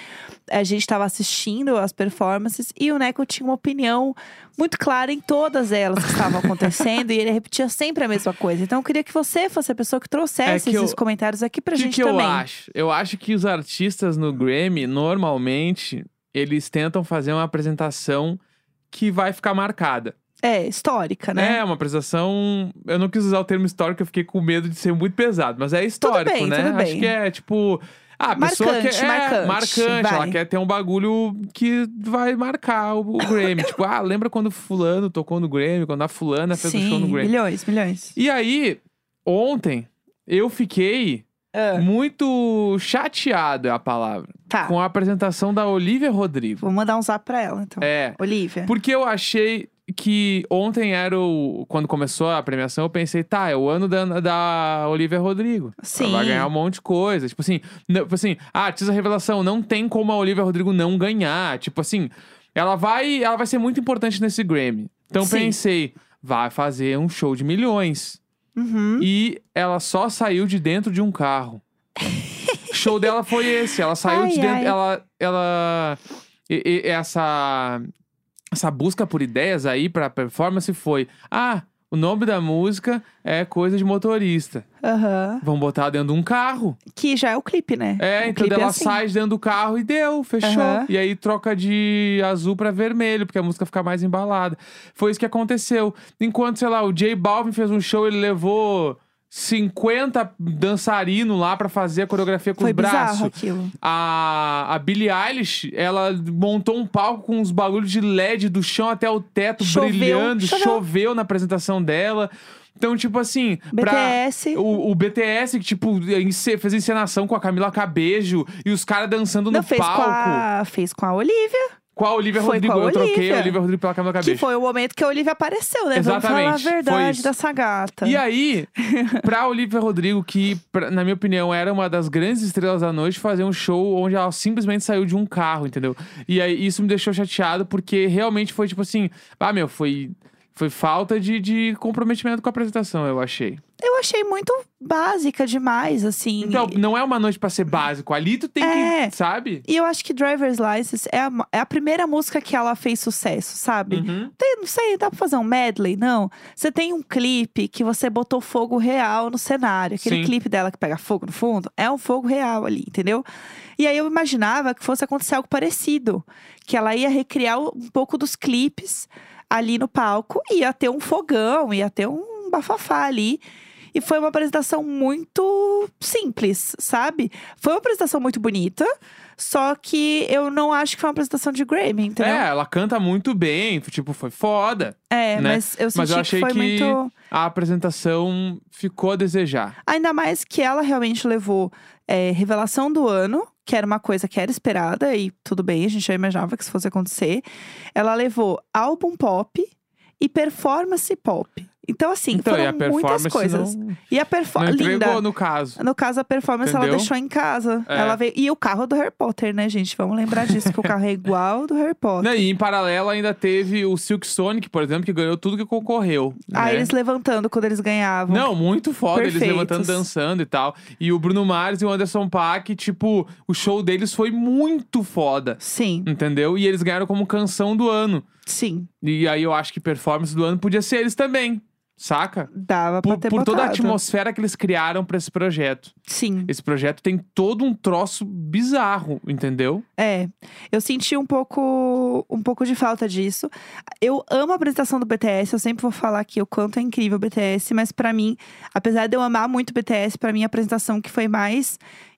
Speaker 1: A gente estava assistindo as performances e o Neco tinha uma opinião muito clara em todas elas que estavam acontecendo e ele repetia sempre a mesma coisa. Então eu queria que você fosse a pessoa que trouxesse
Speaker 2: É que eu-
Speaker 1: esses comentários aqui pra
Speaker 2: O que,
Speaker 1: gente
Speaker 2: que eu
Speaker 1: também.
Speaker 2: acho? Eu acho que os artistas no Grammy, normalmente, eles tentam fazer uma apresentação que vai ficar marcada.
Speaker 1: É, histórica, né?
Speaker 2: É, uma apresentação. Eu não quis usar o termo histórico, eu fiquei com medo de ser muito pesado, mas é histórico,
Speaker 1: bem,
Speaker 2: né?
Speaker 1: tudo bem.
Speaker 2: Acho que é tipo. Ah, a pessoa
Speaker 1: Marcante,
Speaker 2: quer. É,
Speaker 1: marcante,
Speaker 2: marcante, ela
Speaker 1: vai.
Speaker 2: quer ter um bagulho que vai marcar o, o Grammy. tipo, ah, lembra quando Fulano tocou no Grammy, quando a Fulana né, fez o
Speaker 1: Sim,
Speaker 2: show no Grammy.
Speaker 1: milhões, milhões.
Speaker 2: E aí, ontem, eu fiquei
Speaker 1: Ah,
Speaker 2: muito chateado é a palavra
Speaker 1: tá.
Speaker 2: com a apresentação da Olivia Rodrigo.
Speaker 1: Vou mandar um zap pra ela, então.
Speaker 2: É,
Speaker 1: Olivia.
Speaker 2: porque eu achei que ontem era o. Quando começou a premiação, eu pensei, tá, é o ano da, da Olivia Rodrigo.
Speaker 1: Sim.
Speaker 2: Ela vai ganhar um monte de coisa. Tipo assim, não- tipo assim, ah, artista revelação, não tem como a Olivia Rodrigo não ganhar. Tipo assim, ela vai, ela vai ser muito importante nesse Grammy. Então
Speaker 1: Sim.
Speaker 2: pensei, vai fazer um show de milhões.
Speaker 1: Uhum.
Speaker 2: E ela só saiu de dentro de um carro. o show dela foi esse. Ela saiu
Speaker 1: Ai,
Speaker 2: de dentro.
Speaker 1: ai.
Speaker 2: Ela. ela e- e- essa. Essa busca por ideias aí pra performance foi. Ah, o nome da música é coisa de motorista.
Speaker 1: Aham.
Speaker 2: Vão botar dentro de um carro.
Speaker 1: Que já é o clipe, né? o
Speaker 2: É, então
Speaker 1: clipe
Speaker 2: ela
Speaker 1: é assim.
Speaker 2: sai de dentro do carro e deu, fechou.
Speaker 1: Aham.
Speaker 2: E aí troca de azul pra vermelho, porque a música fica mais embalada. Foi isso que aconteceu. Enquanto, sei lá, o J Balvin fez um show, ele levou 50 dançarinos lá pra fazer a coreografia com
Speaker 1: Foi
Speaker 2: os braços.
Speaker 1: bizarro aquilo.
Speaker 2: A, a Billie Eilish, ela montou um palco com uns barulhos de LED do chão até o teto
Speaker 1: Choveu,
Speaker 2: brilhando,
Speaker 1: choveu.
Speaker 2: na apresentação dela. Então, tipo assim, pra,
Speaker 1: BTS.
Speaker 2: o, o BTS, que, tipo, ence- fez encenação com a Camila Cabejo e os caras dançando
Speaker 1: Não,
Speaker 2: no
Speaker 1: fez
Speaker 2: palco.
Speaker 1: com a... Fez com a Olivia.
Speaker 2: Com a Olivia
Speaker 1: Foi
Speaker 2: Rodrigo.
Speaker 1: com a
Speaker 2: Eu troquei a
Speaker 1: Olivia.
Speaker 2: Olivia Rodrigo pela Camila Cabejo.
Speaker 1: Que foi o momento que a Olivia apareceu, né? Vamos
Speaker 2: Tá Exatamente,
Speaker 1: falar a
Speaker 2: foi
Speaker 1: verdade
Speaker 2: isso.
Speaker 1: dessa gata.
Speaker 2: E aí, pra Olivia Rodrigo, que, pra- na minha opinião, era uma das grandes estrelas da noite, fazer um show onde ela simplesmente saiu de um carro, entendeu? E aí, isso me deixou chateado, porque realmente foi tipo assim: ah, meu, foi, foi falta de, de comprometimento com a apresentação, eu achei.
Speaker 1: Eu achei muito básica demais, assim.
Speaker 2: Então, não é uma noite pra ser básico. Ali tu tem
Speaker 1: É.
Speaker 2: que, sabe?
Speaker 1: E eu acho que Driver's License é a, é a primeira música que ela fez sucesso, sabe?
Speaker 2: Uhum.
Speaker 1: Tem- não sei, dá pra fazer um medley? Não. Você tem um clipe que você botou fogo real no cenário. Aquele
Speaker 2: Sim.
Speaker 1: clipe dela que pega fogo no fundo é um fogo real ali, entendeu? E aí eu imaginava que fosse acontecer algo parecido. Que ela ia recriar um pouco dos clipes ali no palco, ia ter um fogão, ia ter um bafafá ali. E foi uma apresentação muito simples, sabe? Foi uma apresentação muito bonita, só que eu não acho que foi uma apresentação de Grammy, entendeu?
Speaker 2: É, ela canta muito bem, tipo, foi foda.
Speaker 1: É,
Speaker 2: né?
Speaker 1: mas eu senti
Speaker 2: Mas eu achei
Speaker 1: que foi
Speaker 2: que-
Speaker 1: muito.
Speaker 2: A apresentação ficou a desejar.
Speaker 1: Ainda mais que ela realmente levou é, revelação do ano, que era uma coisa que era esperada, e tudo bem, a gente já imaginava que isso fosse acontecer. Ela levou álbum pop e performance pop. Então, assim,
Speaker 2: Então, e a
Speaker 1: foram muitas
Speaker 2: performance
Speaker 1: coisas.
Speaker 2: não,
Speaker 1: E a
Speaker 2: não
Speaker 1: performance.
Speaker 2: entregou,
Speaker 1: Linda.
Speaker 2: no caso.
Speaker 1: No caso, a performance ela
Speaker 2: Entendeu?
Speaker 1: deixou em casa.
Speaker 2: É.
Speaker 1: Ela veio... E o carro é do Harry Potter, né, gente? Vamos lembrar disso, que o carro é igual ao do Harry Potter.
Speaker 2: Não, e em paralelo ainda teve o Silk Sonic, por exemplo, que ganhou tudo que concorreu.
Speaker 1: Aí
Speaker 2: né?
Speaker 1: Ah, eles levantando quando eles ganhavam.
Speaker 2: Não, muito foda, eles
Speaker 1: Perfeitos.
Speaker 2: levantando, dançando e tal. E o Bruno Mars e o Anderson Paak, tipo, o show deles foi muito foda,
Speaker 1: Sim,
Speaker 2: entendeu? E eles ganharam como canção do ano.
Speaker 1: sim.
Speaker 2: E aí eu acho que performance do ano podia ser eles também, saca?
Speaker 1: Dava
Speaker 2: Por,
Speaker 1: pra ter
Speaker 2: por toda a
Speaker 1: botado.
Speaker 2: atmosfera que eles criaram pra esse projeto.
Speaker 1: Sim.
Speaker 2: Esse projeto tem todo um troço bizarro, entendeu?
Speaker 1: É, eu senti um pouco, um pouco de falta disso. Eu amo a apresentação do BTS, eu sempre vou falar aqui o quanto é incrível o BTS, mas pra mim, apesar de eu amar muito o BTS, pra mim a apresentação que foi mais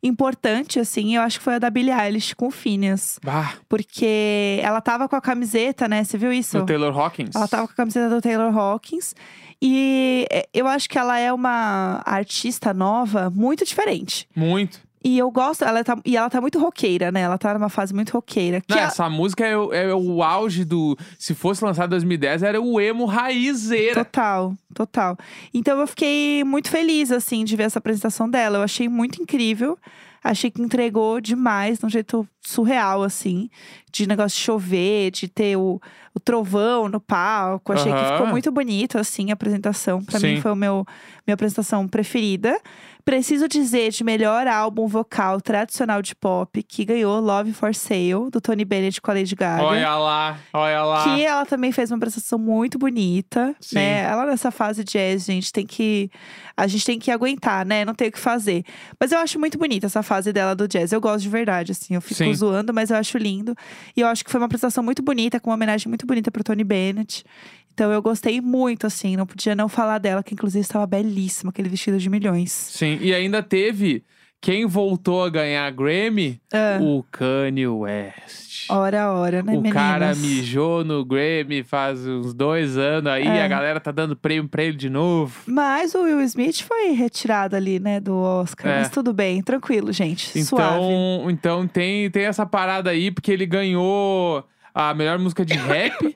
Speaker 1: importante, assim, eu acho que foi a da Billie Eilish com o Phineas.
Speaker 2: Bah,
Speaker 1: Porque ela tava com a camiseta, né? Você viu isso?
Speaker 2: o Taylor Hawkins.
Speaker 1: Ela tava com a camiseta do Taylor Hawkins. E é, eu acho que ela é uma artista nova muito diferente.
Speaker 2: Muito.
Speaker 1: E eu gosto, ela tá, e ela tá muito roqueira, né? Ela tá numa fase muito roqueira. Que
Speaker 2: Não,
Speaker 1: a-
Speaker 2: essa música é, o- é o auge do. Se fosse lançado em 2010, era o emo raizeira.
Speaker 1: Total, total. Então eu fiquei muito feliz, assim, de ver essa apresentação dela. Eu achei muito incrível. Achei que entregou demais, de um jeito surreal, assim. De negócio de chover, de ter o, o trovão no palco. Achei que
Speaker 2: Aham.
Speaker 1: ficou muito bonito, assim, a apresentação. Pra mim
Speaker 2: Sim.
Speaker 1: foi o meu, minha apresentação preferida. Preciso dizer de melhor álbum vocal tradicional de pop, que ganhou Love for Sale, do Tony Bennett com a Lady Gaga.
Speaker 2: Olha lá, olha lá.
Speaker 1: Que ela também fez uma apresentação muito bonita,
Speaker 2: Sim.
Speaker 1: né? Ela nessa fase jazz, gente, tem que a gente tem que aguentar, né? Não tem o que fazer. Mas eu acho muito bonita essa fase dela do jazz. Eu gosto de verdade, assim, eu fico
Speaker 2: Sim.
Speaker 1: zoando, mas eu acho lindo. E eu acho que foi uma apresentação muito bonita, com uma homenagem muito bonita pro Tony Bennett. Então eu gostei muito, assim, não podia não falar dela, que inclusive estava belíssima, aquele vestido de milhões.
Speaker 2: Sim, e ainda teve quem voltou a ganhar Grammy? O Kanye West.
Speaker 1: Ora, ora, Ah. né,
Speaker 2: o cara
Speaker 1: meninas?
Speaker 2: mijou no Grammy faz uns dois anos aí,
Speaker 1: É.
Speaker 2: a galera tá dando prêmio pra ele de novo.
Speaker 1: Mas o Will Smith foi retirado ali, né, do Oscar.
Speaker 2: É.
Speaker 1: Mas tudo bem, tranquilo, gente. Suave.
Speaker 2: Então, então tem, tem essa parada aí, porque ele ganhou a melhor música de rap,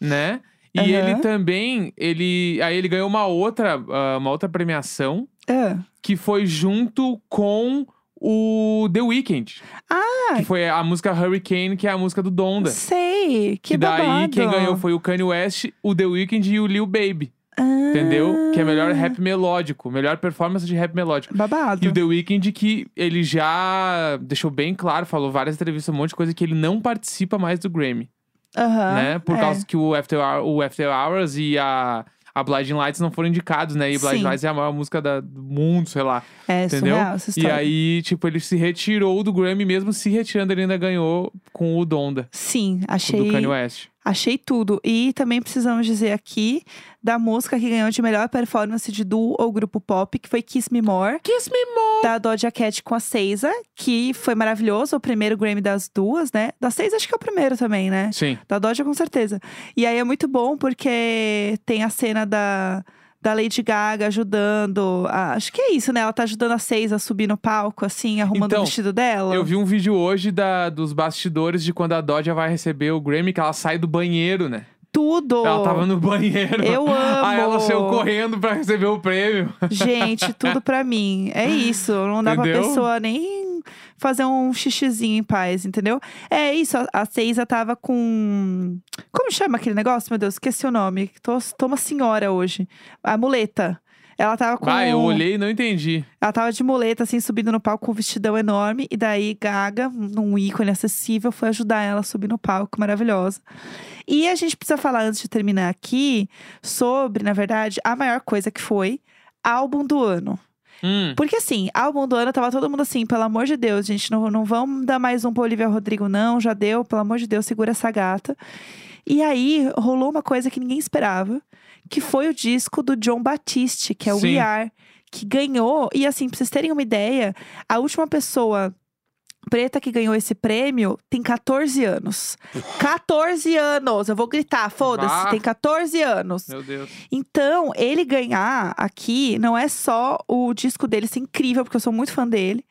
Speaker 2: né? E
Speaker 1: Aham.
Speaker 2: ele também, ele, aí ele ganhou uma outra, ah, uma outra premiação
Speaker 1: Ah,
Speaker 2: que foi junto com o The Weeknd.
Speaker 1: Ah!
Speaker 2: Que foi a música Hurricane, que é a música do Donda.
Speaker 1: sei, que,
Speaker 2: que daí
Speaker 1: babado.
Speaker 2: quem ganhou foi o Kanye West, o The Weeknd e o Lil Baby,
Speaker 1: Ah,
Speaker 2: entendeu? Que é melhor rap melódico, melhor performance de rap melódico.
Speaker 1: Babado.
Speaker 2: E o The Weeknd, que ele já deixou bem claro, falou várias entrevistas, um monte de coisa, que ele não participa mais do Grammy,
Speaker 1: Aham,
Speaker 2: né? Por
Speaker 1: é.
Speaker 2: causa que o After, Hour- o After Hours e a, a Blinding Lights não foram indicados, né? E Blinding
Speaker 1: Sim.
Speaker 2: Lights é a maior música da- do mundo, sei lá.
Speaker 1: É,
Speaker 2: entendeu?
Speaker 1: surreal essa
Speaker 2: E
Speaker 1: história.
Speaker 2: aí, tipo, ele se retirou do Grammy, mesmo se retirando, ele ainda ganhou com o Donda,
Speaker 1: Sim,
Speaker 2: do
Speaker 1: achei,
Speaker 2: Kanye West.
Speaker 1: achei tudo. E também precisamos dizer aqui da música que ganhou de melhor performance de duo ou grupo pop, que foi Kiss Me More.
Speaker 2: Kiss me more.
Speaker 1: da Doja Cat com a Seiza, que foi maravilhoso, o primeiro Grammy das duas, né? Da Seiza acho que é o primeiro também, né?
Speaker 2: Sim.
Speaker 1: Da Doja com certeza. E aí é muito bom porque tem a cena da, da Lady Gaga ajudando, a- acho que é isso, né? Ela tá ajudando a Seiza a subir no palco, assim, arrumando
Speaker 2: Então,
Speaker 1: o vestido dela.
Speaker 2: Eu vi um vídeo hoje da, dos bastidores de quando a Dodja vai receber o Grammy, que ela sai do banheiro, né?
Speaker 1: Tudo!
Speaker 2: Ela tava no banheiro.
Speaker 1: Eu amo!
Speaker 2: Aí ela saiu correndo pra receber o prêmio.
Speaker 1: Gente, tudo pra mim. É isso. Não dá
Speaker 2: Entendeu?
Speaker 1: pra pessoa nem fazer um xixizinho em paz, entendeu? É isso. A, a Seiza tava com. Como chama aquele negócio? Meu Deus, esqueci o nome. Tô, tô uma senhora hoje. A muleta. Ela tava com.
Speaker 2: Ah, eu olhei e não entendi.
Speaker 1: Ela tava de muleta, assim, subindo no palco com um vestidão enorme. E daí, Gaga, num ícone acessível, foi ajudar ela a subir no palco. Maravilhosa. E a gente precisa falar, antes de terminar aqui, sobre, na verdade, a maior coisa que foi álbum do ano.
Speaker 2: Hum,
Speaker 1: Porque assim, álbum do ano, tava todo mundo assim, pelo amor de Deus, gente, não, não vamos dar mais um pra Olivia Rodrigo, não, já deu, pelo amor de Deus, segura essa gata. E aí, rolou uma coisa que ninguém esperava, que foi o disco do John Batiste, que é o
Speaker 2: Sim.
Speaker 1: We Are, que ganhou, e assim, pra vocês terem uma ideia, a última pessoa preta que ganhou esse prêmio tem 14 anos. 14 anos! Eu vou gritar, foda-se,
Speaker 2: Vá.
Speaker 1: tem 14 anos.
Speaker 2: meu Deus.
Speaker 1: Então, ele ganhar aqui não é só o disco dele ser incrível, porque eu sou muito fã dele,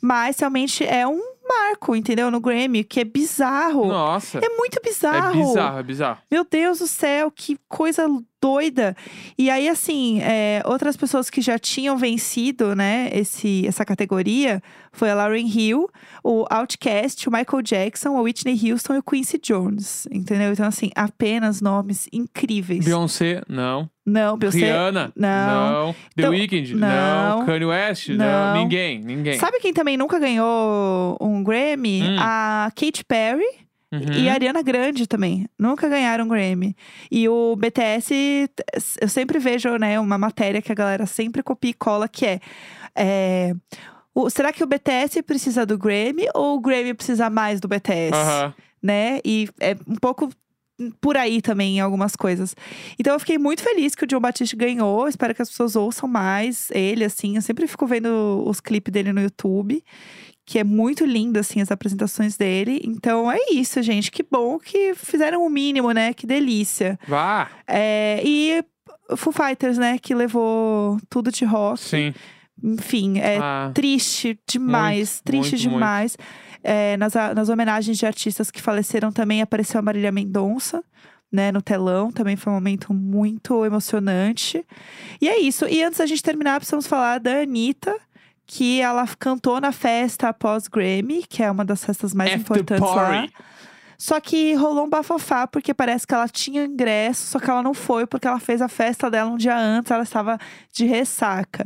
Speaker 1: mas realmente é um marco, entendeu? No Grammy, que é bizarro.
Speaker 2: Nossa.
Speaker 1: É muito bizarro.
Speaker 2: É bizarro, é bizarro.
Speaker 1: Meu Deus do céu, que coisa doida. E aí, assim, é, outras pessoas que já tinham vencido, né, esse, essa categoria foi a Lauren Hill, o Outcast, o Michael Jackson, a Whitney Houston e o Quincy Jones. Entendeu? Então, assim, apenas nomes incríveis.
Speaker 2: Beyoncé, não.
Speaker 1: Não, Beyoncé.
Speaker 2: Rihanna,
Speaker 1: Não.
Speaker 2: The
Speaker 1: Então,
Speaker 2: Weeknd,
Speaker 1: não.
Speaker 2: Kanye West, não.
Speaker 1: Não.
Speaker 2: Ninguém, ninguém.
Speaker 1: Sabe quem também nunca ganhou um Grammy?
Speaker 2: Hum.
Speaker 1: A Katy Perry.
Speaker 2: Uhum.
Speaker 1: E a Ariana Grande também. Nunca ganharam um Grammy. E o BTS, eu sempre vejo, né, uma matéria que a galera sempre copia e cola, que é. é, o- será que o BTS precisa do Grammy ou o Grammy precisa mais do BTS?
Speaker 2: Aham.
Speaker 1: Né? E é um pouco por aí também em algumas coisas. Então eu fiquei muito feliz que o John Batiste ganhou. Espero que as pessoas ouçam mais ele, assim. Eu sempre fico vendo os clipes dele no YouTube, que é muito lindo, assim, as apresentações dele. Então é isso, gente. Que bom que fizeram o mínimo, né? Que delícia.
Speaker 2: Vá,
Speaker 1: É, e Foo Fighters, né? Que levou tudo de rock.
Speaker 2: sim.
Speaker 1: Enfim, é
Speaker 2: Ah,
Speaker 1: Triste demais,
Speaker 2: Muito,
Speaker 1: triste
Speaker 2: muito, muito.
Speaker 1: demais. É, nas, a- nas homenagens de artistas que faleceram também apareceu a Marília Mendonça, né, no telão. Também foi um momento muito emocionante. E é isso. E antes da gente terminar, precisamos falar da Anitta, que ela cantou na festa após Grammy, que é uma das festas mais
Speaker 2: After
Speaker 1: importantes lá.
Speaker 2: Party.
Speaker 1: Só que rolou um bafafá, porque parece que ela tinha ingresso, só que ela não foi, porque ela fez a festa dela um dia antes, ela estava de ressaca.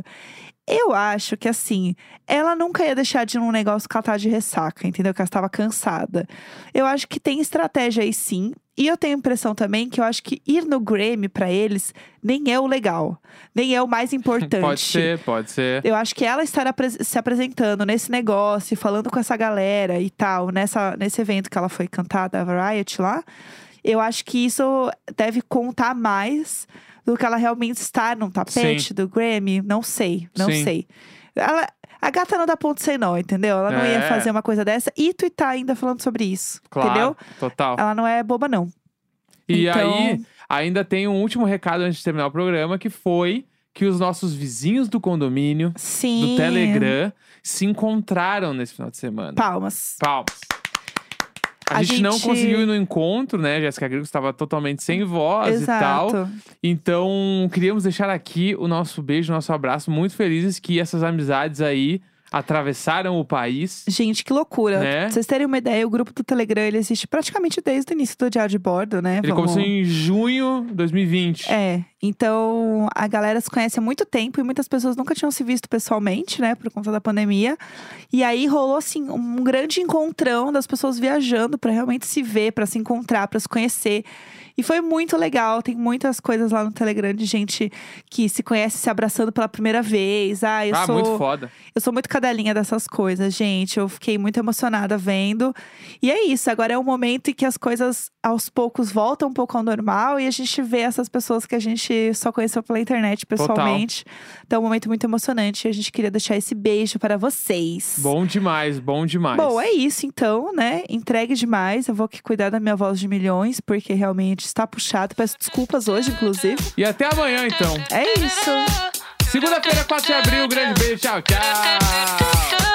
Speaker 1: Eu acho que assim, ela nunca ia deixar de ir num negócio que ela tá de ressaca, entendeu? Que ela estava cansada. Eu acho que tem estratégia aí sim. E eu tenho a impressão também que eu acho que ir no Grammy pra eles nem é o legal, nem é o mais importante.
Speaker 2: Pode ser, pode ser.
Speaker 1: Eu acho que ela estar apres- se apresentando nesse negócio, falando com essa galera e tal, nessa, nesse evento que ela foi cantada, a Variety lá, eu acho que isso deve contar mais do que ela realmente estar num tapete do Grammy. Não sei, não
Speaker 2: Sim.
Speaker 1: sei. Ela- a gata não dá ponto sem nó, entendeu? Ela não ia
Speaker 2: É.
Speaker 1: fazer uma coisa dessa e tuitar ainda falando sobre isso,
Speaker 2: Claro,
Speaker 1: entendeu?
Speaker 2: total.
Speaker 1: Ela não é boba, não.
Speaker 2: E
Speaker 1: Então-
Speaker 2: aí, ainda tem um último recado antes de terminar o programa, que foi que os nossos vizinhos do condomínio,
Speaker 1: Sim.
Speaker 2: do Telegram, se encontraram nesse final de semana.
Speaker 1: Palmas.
Speaker 2: Palmas. A,
Speaker 1: A
Speaker 2: gente, não
Speaker 1: gente-
Speaker 2: conseguiu ir no encontro, né? Jéssica Grigos estava totalmente sem voz e tal.
Speaker 1: Exato.
Speaker 2: Então, queríamos deixar aqui o nosso beijo, o nosso abraço. Muito felizes que essas amizades aí atravessaram o país.
Speaker 1: Gente, que loucura.
Speaker 2: Né?
Speaker 1: Pra vocês terem uma ideia, o grupo do Telegram ele existe praticamente desde o início do Diário de Bordo, né?
Speaker 2: Ele
Speaker 1: Vamos-
Speaker 2: começou em junho de 2020.
Speaker 1: É, então a galera se conhece há muito tempo e muitas pessoas nunca tinham se visto pessoalmente, né, por conta da pandemia. E aí rolou assim um grande encontrão das pessoas viajando pra realmente se ver, pra se encontrar, pra se conhecer. E foi muito legal, tem muitas coisas lá no Telegram de gente que se conhece se abraçando pela primeira vez. Ah, eu
Speaker 2: ah,
Speaker 1: sou
Speaker 2: muito foda.
Speaker 1: eu sou muito cadelinha dessas coisas, gente. Eu fiquei muito emocionada vendo. E é isso, agora é o momento em que as coisas aos poucos voltam um pouco ao normal e a gente vê essas pessoas que a gente só conheceu pela internet
Speaker 2: Total.
Speaker 1: pessoalmente. Então é um momento muito emocionante e a gente queria deixar esse beijo para vocês.
Speaker 2: Bom demais, bom demais.
Speaker 1: Bom, é isso então, né? Entregue demais. Eu vou aqui cuidar da minha voz de milhões, porque realmente está puxado. Peço desculpas hoje, inclusive.
Speaker 2: E até amanhã, então.
Speaker 1: É isso.
Speaker 2: Segunda-feira, 4 de abril. Grande beijo. Tchau, tchau.